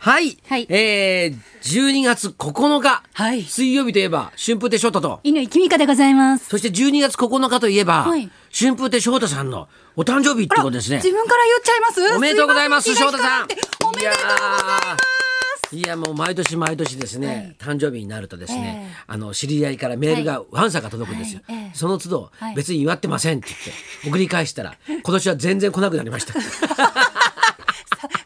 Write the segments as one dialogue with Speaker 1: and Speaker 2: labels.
Speaker 1: はい、
Speaker 2: はい
Speaker 1: えー、12月9日、
Speaker 2: はい
Speaker 1: 水曜日といえば春風亭昇太と
Speaker 2: 犬井君香でございます。
Speaker 1: そして12月9日といえば、
Speaker 2: はい
Speaker 1: 春風亭昇太さんのお誕生日ってことですね
Speaker 2: 自分から言っちゃいます。
Speaker 1: おめでとうございます
Speaker 2: す
Speaker 1: 翔
Speaker 2: ませ
Speaker 1: 太さん
Speaker 2: 気が引かなくておめでとうございます。
Speaker 1: すいやもう毎年毎年ですね、誕生日になるとですね、あの知り合いからメールがわんさか届くんですよ、
Speaker 2: はいええ
Speaker 1: その都度、
Speaker 2: はい
Speaker 1: 別に祝ってませんって言って送り返したら今年は全然来なくなりました
Speaker 2: さ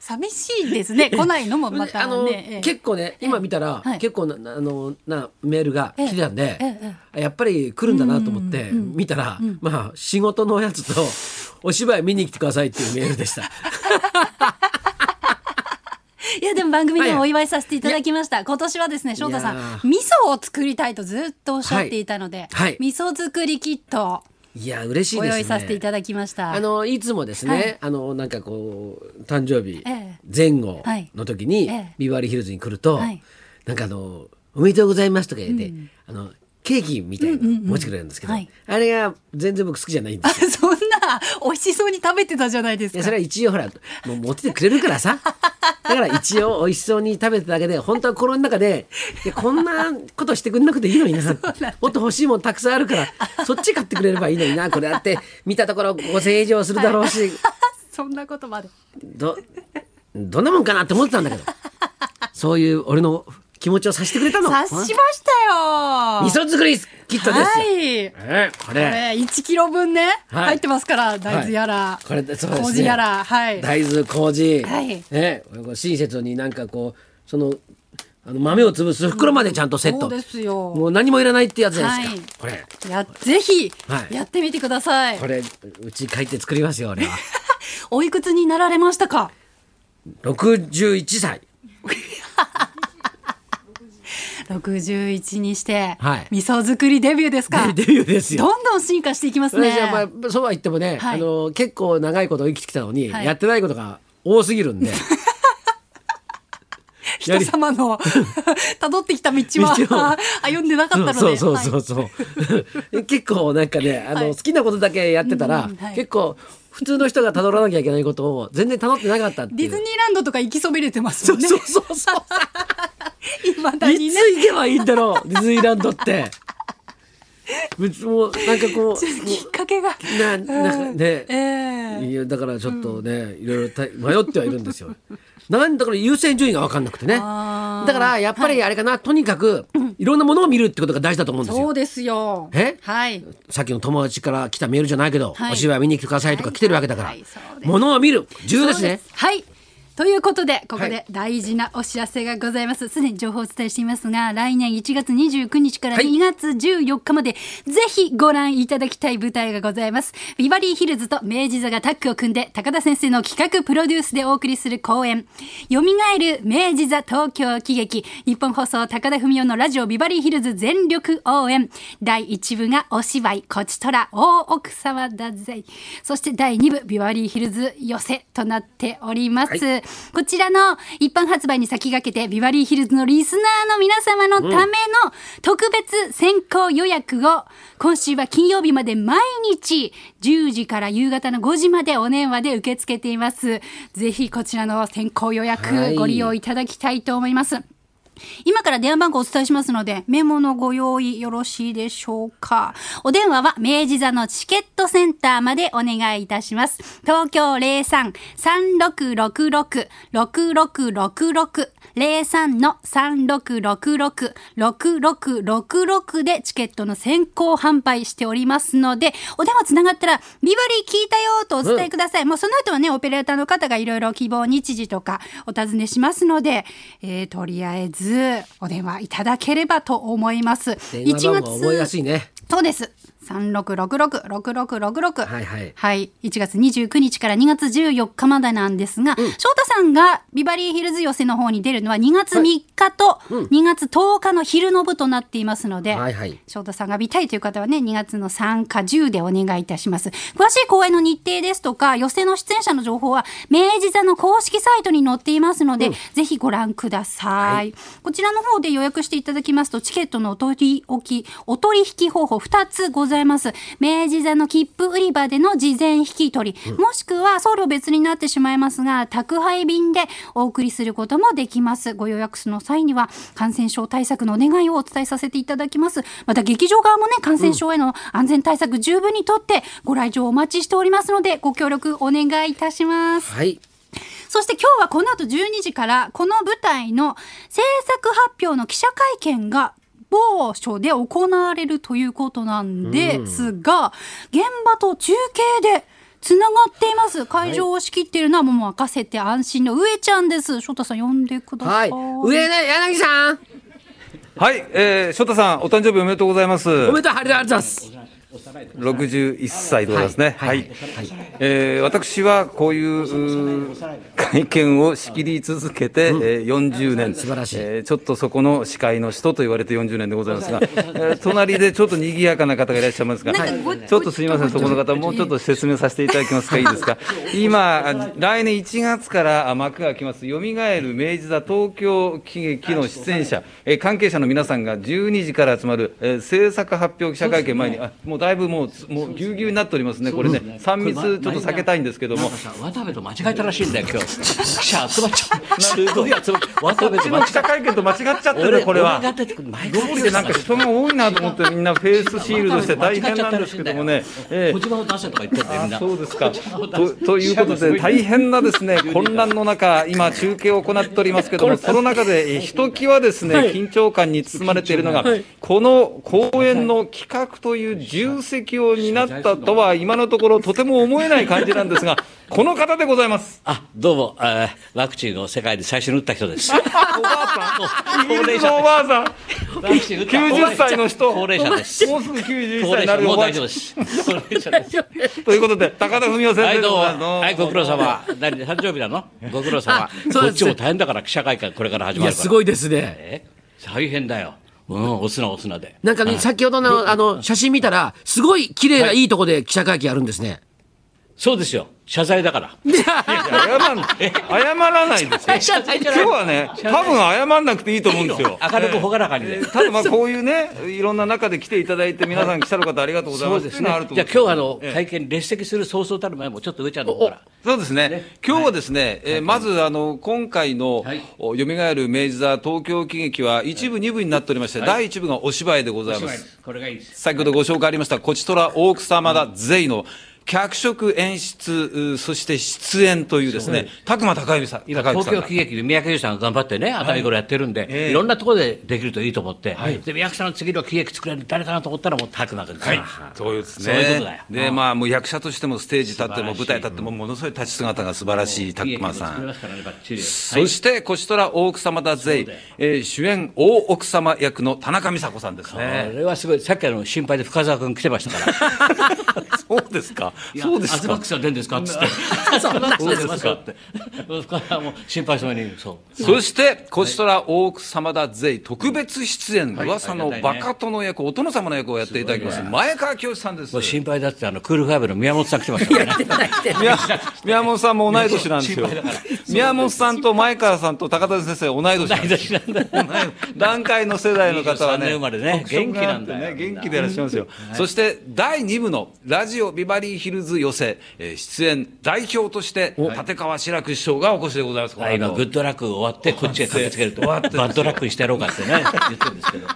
Speaker 2: 寂しいですね。来ないのもまた ね。
Speaker 1: あの
Speaker 2: ええ
Speaker 1: 結構ね今見たら、
Speaker 2: はい
Speaker 1: 結構ななあのなメールが来てたんで、
Speaker 2: えええ
Speaker 1: やっぱり来るんだなと思って見たら、まあ仕事のやつと お芝居見に来てくださいっていうメールでした
Speaker 2: いやでも番組で
Speaker 1: はい
Speaker 2: もお祝いさせていただきました。今年はですね、翔太さ
Speaker 1: いや
Speaker 2: ん
Speaker 1: ー
Speaker 2: 味噌を作りたいとずっとおっしゃっていたので、
Speaker 1: はいはい
Speaker 2: 味噌作りキット
Speaker 1: いや嬉しい
Speaker 2: ご
Speaker 1: ですね
Speaker 2: 用意させていただきました。
Speaker 1: あのいつもですね、
Speaker 2: はい
Speaker 1: あのなんかこう誕生日
Speaker 2: ええ
Speaker 1: 前後
Speaker 2: はい
Speaker 1: の時に、
Speaker 2: ええ
Speaker 1: ビバリーヒルズに来ると、
Speaker 2: はい
Speaker 1: なんかあの「おめでとうございます」とか言って、あのケーキみたいなの持ってくれるんですけど、
Speaker 2: はい
Speaker 1: あれが全然僕好きじゃないんです
Speaker 2: あ そんな美味しそうに食べてたじゃないです
Speaker 1: いや
Speaker 2: か
Speaker 1: そ。れは一応ほらもう持っててくれるからさだから一応美味しそうに食べてただけで本当は心の中でいやこんなことしてくんなくていいのになもっと欲しいもんたくさんあるからそっち買ってくれればいいのになこれだって見たところ5,000円以上するだろうし、
Speaker 2: そんなことまで。
Speaker 1: どどんなもんかなって思ってたんだけどそういう俺の気持ちをさせてくれたの
Speaker 2: 察しましたよ。
Speaker 1: 味噌作りキットですよ、
Speaker 2: はい。
Speaker 1: えーこれ。
Speaker 2: えー、1キロ分ね、
Speaker 1: はい
Speaker 2: 入ってますから大豆やら、
Speaker 1: これでそうですね
Speaker 2: 麹やらはい
Speaker 1: 大豆麹
Speaker 2: はい
Speaker 1: ね親切になんかこうそのあの豆を潰す袋までちゃんとセット、
Speaker 2: そうですよ
Speaker 1: もう何もいらないってやつじゃないですか、こ
Speaker 2: いやぜひ
Speaker 1: はい
Speaker 2: やってみてください、
Speaker 1: れこれうち帰って作りますよ俺は
Speaker 2: おいくつになられましたか
Speaker 1: 61歳
Speaker 2: 61にして、
Speaker 1: はい
Speaker 2: 味噌作りデビューです
Speaker 1: デ
Speaker 2: か
Speaker 1: ビューですよ
Speaker 2: どんどん進化していきますね
Speaker 1: 私はまあそうは言ってもね、
Speaker 2: はい
Speaker 1: あの結構長いこと生きてきたのに、
Speaker 2: はい
Speaker 1: やってないことが多すぎるんでや
Speaker 2: 人
Speaker 1: り
Speaker 2: 様の 辿ってきた道
Speaker 1: 道を
Speaker 2: は 歩んでなかったので
Speaker 1: そうそうそう
Speaker 2: はい
Speaker 1: そう、 結構なんかねあの、
Speaker 2: はい
Speaker 1: 好きなことだけやってたら、
Speaker 2: うんうんはい
Speaker 1: 結構普通の人がたどらなきゃいけないことを全然たどってなかったって
Speaker 2: デ
Speaker 1: い
Speaker 2: ィズニ
Speaker 1: う。
Speaker 2: ーランドとか行きそびれてますよね
Speaker 1: そうそうそう そ
Speaker 2: 今
Speaker 1: う。
Speaker 2: だ
Speaker 1: い
Speaker 2: に
Speaker 1: つ
Speaker 2: ね
Speaker 1: 行けばいいんだ ろうディズニーランドって。別もうなん かこ
Speaker 2: きっ
Speaker 1: う
Speaker 2: かけが
Speaker 1: ななんかね、
Speaker 2: ええ
Speaker 1: いやだからちょっとね、いろいろた迷ってはいるんですよ。なんだから優先順位が分かんなくてね。だ
Speaker 2: あー
Speaker 1: からやっぱりあれかな、とにかくいろんなものを見るってことが大事だと思うんですよ
Speaker 2: そ。うですよ
Speaker 1: え
Speaker 2: はい
Speaker 1: さっきの友達から来たメールじゃないけど、
Speaker 2: はい
Speaker 1: お芝居見に来てくださいとか来てるわけだから、
Speaker 2: はいはいそうです
Speaker 1: 物を見る重要ですね
Speaker 2: はい。ということで、ここ
Speaker 1: はい
Speaker 2: で大事なお知らせがございます。すでに情報をお伝えしていますが、来年1月29日から
Speaker 1: はい
Speaker 2: 2月14日まで、ぜひご覧いただきたい舞台がございます。ビバリーヒルズと明治座がタッグを組んで、高田先生の企画プロデュースでお送りする公演、蘇る明治座東京喜劇、日本放送高田文夫のラジオビバリーヒルズ全力応援、第1部がお芝居、こちとら大奥様だぜ。そして第2部、ビバリーヒルズ寄せとなっております。
Speaker 1: は
Speaker 2: こちらの一般発売に先駆けて、ビバリーヒルズのリスナーの皆様のための特別先行予約を、今週は金曜日まで毎日10時から夕方の5時までお電話で受け付けています。ぜひこちらの先行予
Speaker 1: はい
Speaker 2: 約ご利用いただきたいと思います。今から電話番号をお伝えしますので、メモのご用意よろしいでしょうか。お電話は明治座のチケットセンターまでお願いいたします。東京03-3666-6666 03の3666-6666でチケットの先行販売しておりますので、お電話つながったら、ビバリー聞いたよとお伝えください。もうその後はね、オペレーターの方がいろいろ希望日時とかお尋ねしますので、えーとりあえずお電話いただければと思います。
Speaker 1: 電話番号覚えやす
Speaker 2: い。
Speaker 1: いね
Speaker 2: そうです。三六六六六六六六。
Speaker 1: はいはい
Speaker 2: はい。一月二十九日から二月十四日までなんですが、翔太さんがビバリーヒルズ寄せの方に出るのは二月三日と二月十日の昼の部となっていますので、
Speaker 1: はいはい
Speaker 2: 翔太さんが見たいという方はね、2月の3か10でお願いいたします。詳しい公演の日程ですとか、寄席の出演者の情報は、明治座の公式サイトに載っていますので、ぜひご覧ください,、
Speaker 1: は
Speaker 2: こちらの方で予約していただきますと、チケットのお取り置き、お取引方法2つございます。明治座の切符売り場での事前引き取り、もしくは送料別になってしまいますが、宅配便でお送りすることもできます。ご予約の際には、感染症対策のお願いをお伝えさせていただきます。また劇場側もね、感染症への安全対策十分にとって、ご来場お待ちしておりますので、ご協力お願いいたします。
Speaker 1: はい。
Speaker 2: そして今日はこの後12時からこの舞台の制作発表の記者会見が某所で行われるということなんですが、現場と中継でつながっています会場を仕切っているのはもう任せて安心の上ちゃんです翔太さん呼んでくだ
Speaker 1: は
Speaker 2: さ
Speaker 1: い。
Speaker 2: い、
Speaker 1: 上田柳さん。
Speaker 3: はい、えー、翔太さん、お誕生日おめでとうございます。
Speaker 1: おめでとう、ありがとうございます。
Speaker 3: 六十一歳でございますね。
Speaker 1: は
Speaker 3: はいい、えー私はこういううー会見を仕切り続けて、えー40年。
Speaker 1: 素晴らしい
Speaker 3: えーちょっとそこの司会の人と言われて40年でございますが、えー隣でちょっと賑やかな方がいらっしゃいますが、
Speaker 2: なん
Speaker 3: は
Speaker 2: かご
Speaker 3: いちょっとすみません、
Speaker 2: ご
Speaker 3: そこの方、もうちょっと説明させていただきますか、いいですか。今、来年1月からあ幕が開きます、よみがえる明治座東京喜劇の出演者、えー関係者の皆さんが12時から集まる、えー制作発表記者会見前に、あもうだいぶもうつ、もうぎゅうぎゅうになっておりますね、これね、3密ちょっと避けたいんですけど
Speaker 4: なん
Speaker 3: も
Speaker 4: か。さ渡部と間違えたらしいんだよ今日記者集まっちゃうすごい集まっ渡部
Speaker 3: うち
Speaker 4: と間
Speaker 3: の
Speaker 4: 違
Speaker 3: 記者会見と間違っちゃってる、これは。
Speaker 4: 俺が出てくる前か
Speaker 3: ど
Speaker 4: ら
Speaker 3: うりでなんか人が多いなと思って、みんなフェイスシールドして大変なんですけどもね。ええ
Speaker 4: 小島を出せとか言ってんだよみんな
Speaker 3: そうですか。 とということで、大変なですね、混乱の中、今、中継を行っておりますけども、その中で、えひときわですね、緊張感に包まれているのが、この公演の企画という重責を担ったとは、今のところとても思えない感じなんですが、 この方でございます。
Speaker 4: あどうもあーワクチンを世界で最初に打った人です
Speaker 3: おばあさん、イギリスのおばあさん、
Speaker 4: ワクチン打った
Speaker 3: 90歳の人、
Speaker 4: 高齢者です
Speaker 3: もうすぐ91
Speaker 4: 高
Speaker 3: 歳
Speaker 4: 齢
Speaker 3: にな
Speaker 4: 者
Speaker 3: る
Speaker 4: も
Speaker 3: お
Speaker 4: う
Speaker 3: ばあ
Speaker 4: 大
Speaker 3: ちゃ
Speaker 4: 丈夫
Speaker 3: ん
Speaker 4: で。す高齢者です
Speaker 3: ということで、高田文夫先
Speaker 4: は
Speaker 3: 生
Speaker 4: い
Speaker 3: で
Speaker 4: どう
Speaker 3: ご
Speaker 4: も
Speaker 3: ざいます。
Speaker 4: はいご苦労様何誕生日なのご苦労様
Speaker 1: そう
Speaker 4: こ
Speaker 1: です
Speaker 4: っちも大変だから記者会見これから始
Speaker 1: い
Speaker 4: ま
Speaker 1: や、
Speaker 4: るか
Speaker 1: す
Speaker 4: ら
Speaker 1: ごいですね。
Speaker 4: え大変だようんお砂お砂で
Speaker 1: なんかね、先ほどの、あの、写真見たら、すごい綺麗な、いいとこで記者会見あるんですね。
Speaker 4: そうですよ謝罪だから
Speaker 3: 謝らない謝らないですよ。
Speaker 1: 謝罪じゃ
Speaker 3: 今日はね、多分謝らなくていいと思うんですよ。
Speaker 4: 明るく朗らかにで
Speaker 3: ただまあこういうね、いろんな中で来ていただいて、皆さん来たる方ありがとうござい
Speaker 4: そ
Speaker 3: ま
Speaker 4: う
Speaker 3: す。
Speaker 4: です
Speaker 3: っていうの
Speaker 4: ね
Speaker 3: はある。と
Speaker 4: じ
Speaker 3: 思う
Speaker 4: ゃあ今日はあの会見列席する早々たる前もちょっと上ちゃんの方から。
Speaker 3: そうですね。今日はですね、えーまずあの今回の
Speaker 4: はい
Speaker 3: お蘇る明治座東京喜劇は一部二部になっておりまして、第一部がお芝居でございます。
Speaker 4: これがいいです。
Speaker 3: 先ほどご紹介ありました、こちとら大草間田ゼイの脚色演出、うそして出演というですね、たくま高さん。
Speaker 4: 今
Speaker 3: 高之
Speaker 4: 東
Speaker 3: さん
Speaker 4: 京
Speaker 3: が
Speaker 4: 喜劇で三宅裕さんが頑張ってね、当たり頃やってるんで、
Speaker 3: え
Speaker 4: い、
Speaker 3: え
Speaker 4: ろんなところでできるといいと思って、で三宅さんの次の喜劇作れる誰かなと思ったらもう拓磨君です、
Speaker 3: そうですね。
Speaker 4: そういうことだよ
Speaker 3: で、まあ、もう役者としてもステージ立っても舞台立っても、ものすごい立ち姿が素晴らしい、たくまさ
Speaker 4: 喜
Speaker 3: ん
Speaker 4: 劇も作れま。すからねバッチリ
Speaker 3: そして、こちとら大奥様だぜい、えー主演大奥様役の田中美佐子さんです
Speaker 4: はい
Speaker 3: ね。
Speaker 4: これはすごいさっきあの心配で深澤君来てましたから
Speaker 3: そうですか。
Speaker 4: いや
Speaker 3: そうで
Speaker 4: ア
Speaker 3: す
Speaker 4: ズマッ
Speaker 3: か
Speaker 4: ク。スは出るんですかっつって
Speaker 1: そうなんですか
Speaker 4: そうですかって深澤も心配そうにそう
Speaker 3: そして、こちとら大奥様だぜい特別出演、
Speaker 4: い
Speaker 3: 噂のバカ殿役、お殿様の役をやっていただきます、前川清さんです
Speaker 4: もう。心配だってあのクールファイブの宮本さん来てましたからね
Speaker 3: 宮宮本さんも同い年なんですよ。宮本さんと前川さんと高田先生同い年なんですよ。段階の世代の方はね、
Speaker 4: 23年生まれね
Speaker 3: 特色があって
Speaker 4: 元気なんだよみん
Speaker 3: 元
Speaker 4: な
Speaker 3: 気でいらっしゃいますよ。そして第2部のラジオビバリーヒルズ寄せ、えー出演代表として、立川志らく師匠がお越しでございます。
Speaker 4: あ今、
Speaker 3: この後
Speaker 4: グッドラック終わって、こっちへ駆けつけると、
Speaker 3: 終わ
Speaker 4: バ
Speaker 3: って
Speaker 4: ッドラックにしてやろうかって ね、言ってるんですけど、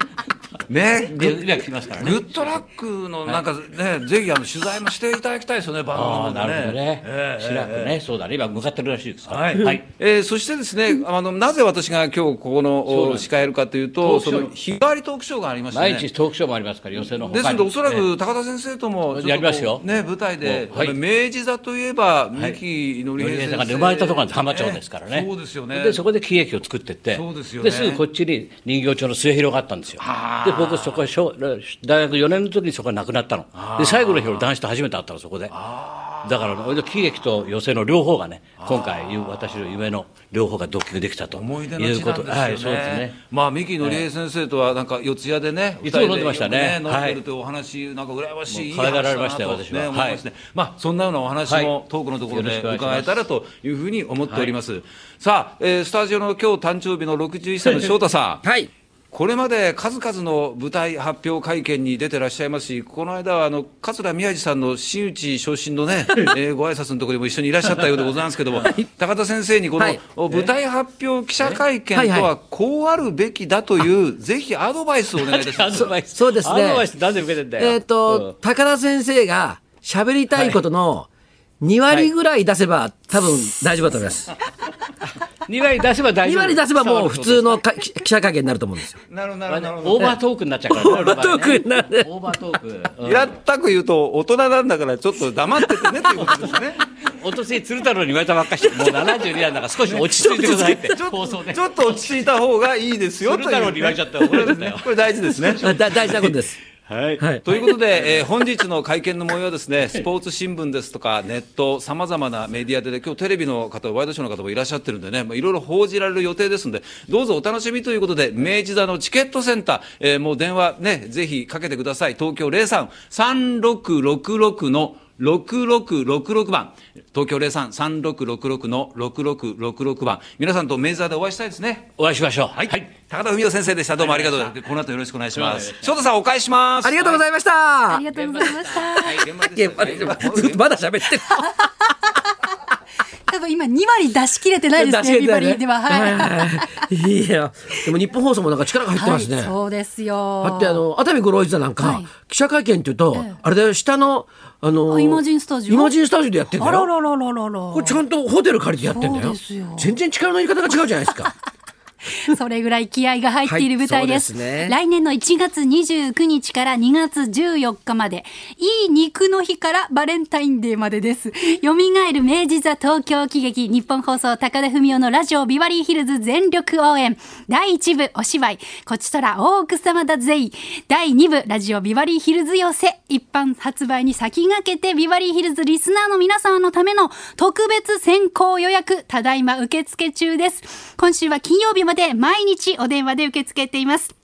Speaker 3: ね、グ
Speaker 4: 今聞きますから
Speaker 3: グ
Speaker 4: ね。
Speaker 3: ッドラックのなんかね、ぜひあの取材もしていただきたいですよね、番組
Speaker 4: あ
Speaker 3: も
Speaker 4: あ、
Speaker 3: ね。
Speaker 4: なるほどね
Speaker 3: え。え
Speaker 4: 白くね、そうだね、今向かってるらしいですから。
Speaker 3: はいえーそしてですね、あのなぜ私が今日ここのお司会やるかというと、そ
Speaker 4: トークシ
Speaker 3: の日
Speaker 4: ョー
Speaker 3: 替わりトークショーがありまして、ね、
Speaker 4: 毎日トークショーもありますから、寄せの他に
Speaker 3: ですので、おそら
Speaker 4: ね
Speaker 3: く高田先生ともちょっとこう
Speaker 4: やりますよ
Speaker 3: ね、舞台で、
Speaker 4: はい
Speaker 3: あの明治座といえば、三木のり
Speaker 4: のり
Speaker 3: 平先
Speaker 4: 平さ
Speaker 3: 生
Speaker 4: んが生まれたとこなんです浜町ですからね、
Speaker 3: ええそうですよね。
Speaker 4: でそこで喜劇を作ってって
Speaker 3: そうですよね
Speaker 4: で、すぐこっちに人形町の末広があったんですよ、で僕、そこは小大学4年の時にそこが亡くなったの、で最後の日、俺、男子と初めて会ったの、そこで。だからね、俺の喜劇と寄席の両方がね、今回、ゆ私の夢の両方がドッキングできたと
Speaker 3: 思い出の地
Speaker 4: いうこ
Speaker 3: なん
Speaker 4: と
Speaker 3: ですよね。
Speaker 4: はい、そうですね。
Speaker 3: まあ、三木のり平先生とは、なんか四ツ谷でね、
Speaker 4: いつも飲んでましたね
Speaker 3: 二人でよく飲んでるというお話、なんか羨ましい。
Speaker 4: もう可愛がられましたよ
Speaker 3: いい話だなと
Speaker 4: 私は
Speaker 3: ね思いますね。まあ、そんなようなお話
Speaker 4: は
Speaker 3: も
Speaker 4: い、
Speaker 3: トークのところ
Speaker 4: よろ
Speaker 3: で
Speaker 4: しくお願いしま
Speaker 3: 伺
Speaker 4: す
Speaker 3: えたらというふうに思っております。さあ、えースタジオの今日誕生日の61歳の翔太さん。
Speaker 1: はい。
Speaker 3: これまで数々の舞台発表会見に出てらっしゃいますし、この間はあの桂宮治さんの真打ち昇進の ね、えーご挨拶のところにも一緒にいらっしゃったようでございますけども、高田先生にこ
Speaker 1: はい
Speaker 3: の舞台発表記者会
Speaker 1: はい
Speaker 3: 見と
Speaker 1: は
Speaker 3: はこうあるべきだという、ぜひアドバイスをお願いいたしま
Speaker 4: ア
Speaker 3: す。
Speaker 4: ドバイス
Speaker 1: そうですね
Speaker 4: アドバイスなんで受けてんだよ
Speaker 1: えっ、と、高田先生が喋りたいことの2割ぐらい出せば、多分大丈夫だと思います。
Speaker 4: 2割出せば大
Speaker 1: 2
Speaker 4: 丈夫
Speaker 1: 割出せばもう普通のか記者会見になると思うんですよ。
Speaker 3: なるほどな
Speaker 4: まあ
Speaker 3: る
Speaker 4: ね
Speaker 3: ほど
Speaker 4: オーバートークになっちゃうから ね
Speaker 1: オーバートークになる
Speaker 4: オーバートークうん
Speaker 3: やったく言うと、大人なんだから、ちょっと黙っててねっていうことですね。
Speaker 4: お年寄り鶴太郎に言われたばっかしもう72なんだから少し落ち着いてくださいって
Speaker 3: ちょっ
Speaker 4: 放送で
Speaker 3: とちょっと落ち着いた方がいいですよ
Speaker 4: 鶴太郎に言われちゃったら怒られるんだよ
Speaker 3: これ大事です ね。
Speaker 1: だ大事なことです。
Speaker 4: はい
Speaker 1: はい。
Speaker 3: ということで、えー本日の会見の模様はですね、スポーツ新聞ですとか、ネット、さまざまなメディアでね、今日テレビの方、ワイドショーの方もいらっしゃってるんでね、まあいろいろ報じられる予定ですので、どうぞお楽しみということで、明治座のチケットセンター、えーもう電話ね、ぜひかけてください。東京03-3666の6666番。東京03-3666の6666番。皆さんと明治座でお会いしたいですね。
Speaker 4: お会いしましょう
Speaker 3: はい。高田文夫先生でした。どうもありがとうございます。この後よろしくお願いします。翔太さんお返しします。
Speaker 1: ありがとうございまし
Speaker 2: あ
Speaker 1: た
Speaker 2: り。がとうございました。
Speaker 3: はい、現場
Speaker 1: 現場でずっとまだ喋ってる。
Speaker 2: 多分今2割出し切れてないですね、ビバリーでは。はい。
Speaker 1: い。いや、でも日本放送もなんか力が入ってますね。
Speaker 2: はいそうですよ。
Speaker 1: だってあの熱海五郎一座なんか、
Speaker 2: はい
Speaker 1: 記者会見っていうと、
Speaker 2: え
Speaker 1: あれだよ下のあの
Speaker 2: あイマジンスタジオ
Speaker 1: イマジンスタジオでやってんだ
Speaker 2: あ
Speaker 1: よ
Speaker 2: らららららら
Speaker 1: これちゃんとホテル借りてやってんだ
Speaker 2: そう
Speaker 1: よ
Speaker 2: ですよ
Speaker 1: 全然力の入れ方が違うじゃないです か
Speaker 2: それぐらい気合が入っている舞台です。
Speaker 1: はいそうですね
Speaker 2: 来年の1月29日から2月14日まで、いい肉の日からバレンタインデーまでです。蘇る明治座東京喜劇、日本放送高田文夫のラジオビバリーヒルズ全力応援。第1部お芝居、こちとら大奥様だぜい。第2部ラジオビバリーヒルズ寄せ。一般発売に先駆けてビバリーヒルズリスナーの皆様のための特別先行予約、ただいま受付中です。今週は金曜日まで毎日お電話で受け付けています。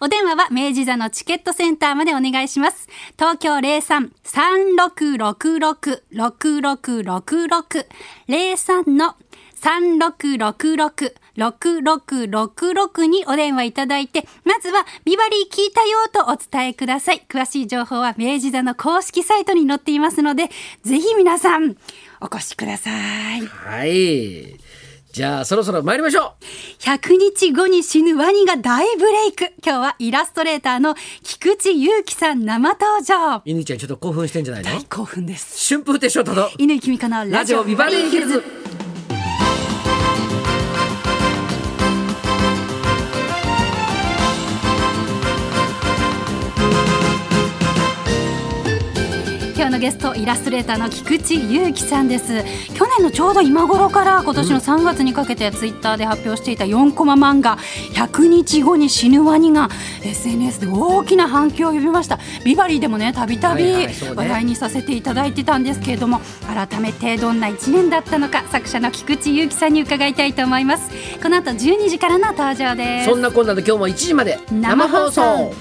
Speaker 2: お電話は明治座のチケットセンターまでお願いします。東京03-3666-6666 03の3666-6666にお電話いただいて、まずはビバリー聞いたよとお伝えください。詳しい情報は明治座の公式サイトに載っていますので、ぜひ皆さんお越しください。
Speaker 1: はいじゃあそろそろ参りましょ
Speaker 2: 100日後に死ぬワニが大ブレイク今日はイラストレーターの菊池祐希さん生登場
Speaker 1: う犬ちゃんちょっと興奮してんじゃないの
Speaker 2: 大興奮です
Speaker 1: 春風亭昇太の
Speaker 2: 乾きみかの
Speaker 1: ラ
Speaker 2: ラ
Speaker 1: ジ
Speaker 2: ジ
Speaker 1: オ
Speaker 2: オ
Speaker 1: ビ
Speaker 2: ビ
Speaker 1: バ
Speaker 2: バ
Speaker 1: リ
Speaker 2: リ
Speaker 1: ー
Speaker 2: ー
Speaker 1: ヒ
Speaker 2: ヒ
Speaker 1: ルズ
Speaker 2: ルズ今日のゲストイラストレーターの菊池祐希さんです去年のちょうど今頃から今年の3月にかけてツイッターで発表していた4コマ漫画「100日後に死ぬワニ」が SNS で大きな反響を呼びましたビバリーでもねたびたび
Speaker 1: はいはいそう
Speaker 2: 話
Speaker 1: ね
Speaker 2: 題にさせていただいてたんですけれども改めてどんな1年だったのか作者の菊池祐希さんに伺いたいと思いますこの後12時からの登場です
Speaker 1: そんなこんなで今日も1時まで生放送